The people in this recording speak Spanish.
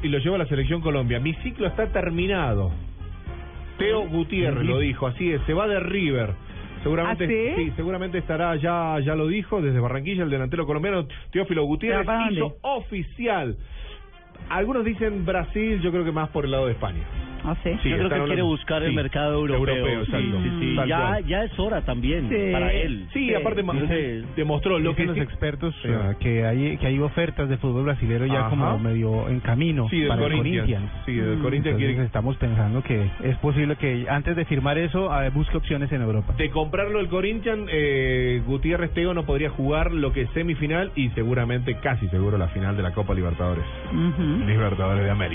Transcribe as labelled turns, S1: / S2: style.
S1: Y lo llevo a la selección Colombia. Mi ciclo está terminado. Teo Gutiérrez lo dijo, así es, se va de River. Seguramente,
S2: ¿Ah, sí?
S1: seguramente estará ya, ya lo dijo desde Barranquilla el delantero colombiano Teófilo Gutiérrez
S2: ¿Pero para dónde?
S1: hizo oficial. Algunos dicen Brasil, yo creo que más por el lado de España.
S2: No sé.
S1: Sí,
S3: Yo creo
S1: están
S3: que él quiere
S1: hablando-
S3: buscar el
S1: sí,
S3: mercado europeo.
S1: exacto.
S3: sí, sí, sí.
S1: Tal
S3: Ya,
S1: cual.
S3: ya es hora también
S2: Sí.
S3: para él.
S1: Sí,
S2: Sí.
S1: aparte ma-
S3: Dice-
S1: demostró lo que
S4: Dicen los
S1: sí-
S4: expertos
S1: Sí.
S4: eh, que hay que hay ofertas de fútbol brasileño ya
S1: Ajá.
S4: como medio en camino
S1: Sí, del
S4: para el
S1: Corinthians.
S4: Corinthians.
S1: Sí, del
S4: Mm.
S1: Corinthians
S4: Entonces
S1: quiere-
S4: estamos pensando que es posible que antes de firmar eso eh, busque opciones en Europa.
S1: De comprarlo el Corinthians, eh, Gutiérrez Tego no podría jugar lo que es semifinal y seguramente, casi seguro, la final de la Copa Libertadores.
S2: Ujú.
S1: Libertadores de América.